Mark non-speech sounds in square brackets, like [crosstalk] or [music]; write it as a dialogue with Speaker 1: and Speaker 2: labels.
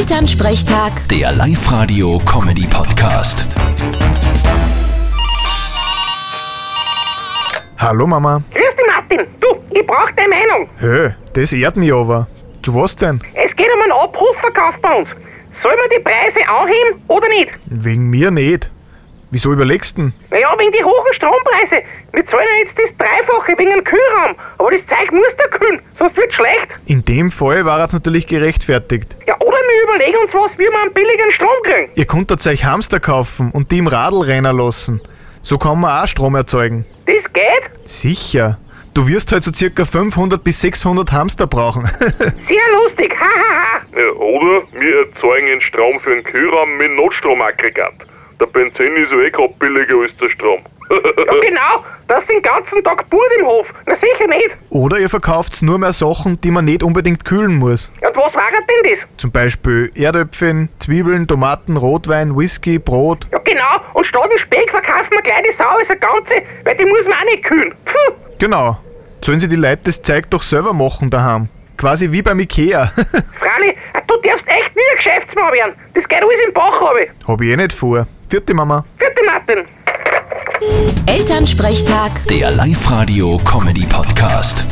Speaker 1: Elternsprechtag,
Speaker 2: Der Live-Radio-Comedy-Podcast.
Speaker 3: Hallo Mama.
Speaker 4: Grüß dich, Martin. Du, ich brauche deine Meinung.
Speaker 3: Hö, das ehrt mich aber. Zu was denn?
Speaker 4: Es geht um einen Abhofverkauf bei uns. Soll man die Preise anheben oder nicht?
Speaker 3: Wegen mir nicht. Wieso überlegst denn?
Speaker 4: Naja, wegen die hohen Strompreise. Wir zahlen ja jetzt das Dreifache wegen einem Kühlraum. Aber das Zeug muss da kühlen, sonst wird's schlecht.
Speaker 3: In dem Fall war es natürlich gerechtfertigt.
Speaker 4: Ja, oder wir überlegen uns was, wie wir einen billigen Strom kriegen.
Speaker 3: Ihr könntet euch Hamster kaufen und die im Radl rennen lassen. So kann man auch Strom erzeugen.
Speaker 4: Das geht?
Speaker 3: Sicher. Du wirst halt so circa 500 bis 600 Hamster brauchen. [laughs]
Speaker 4: Sehr lustig. Hahaha. Ha, ha.
Speaker 5: Ja, Äh, Oder wir erzeugen den Strom für den Kühlraum mit Notstromaggregat. Der Benzin ist ja eh grad billiger als der Strom. [laughs]
Speaker 4: Ja, genau. Das den ganzen Tag Burt im Hof. Na sicher nicht.
Speaker 3: Oder ihr verkauft nur mehr Sachen, die man nicht unbedingt kühlen muss.
Speaker 4: Ja, Und was war denn das?
Speaker 3: Zum Beispiel Erdäpfchen, Zwiebeln, Tomaten, Rotwein, Whisky, Brot.
Speaker 4: Ja, genau. Und statt dem Speck verkaufen wir gleich die Sau als eine ganze, weil die muss man auch nicht kühlen. Puh.
Speaker 3: Genau. Sollen sie die Leute das Zeug doch selber machen daheim. Quasi wie beim Ikea. [laughs]
Speaker 4: Frali, äh, du darfst echt nie ein Geschäftsmann werden. Das geht alles im Bach, habe ich.
Speaker 3: Hab ich eh nicht vor. Vierte Mama.
Speaker 4: Vierte Martin.
Speaker 1: Elternsprechtag.
Speaker 2: Der Live-Radio-Comedy-Podcast.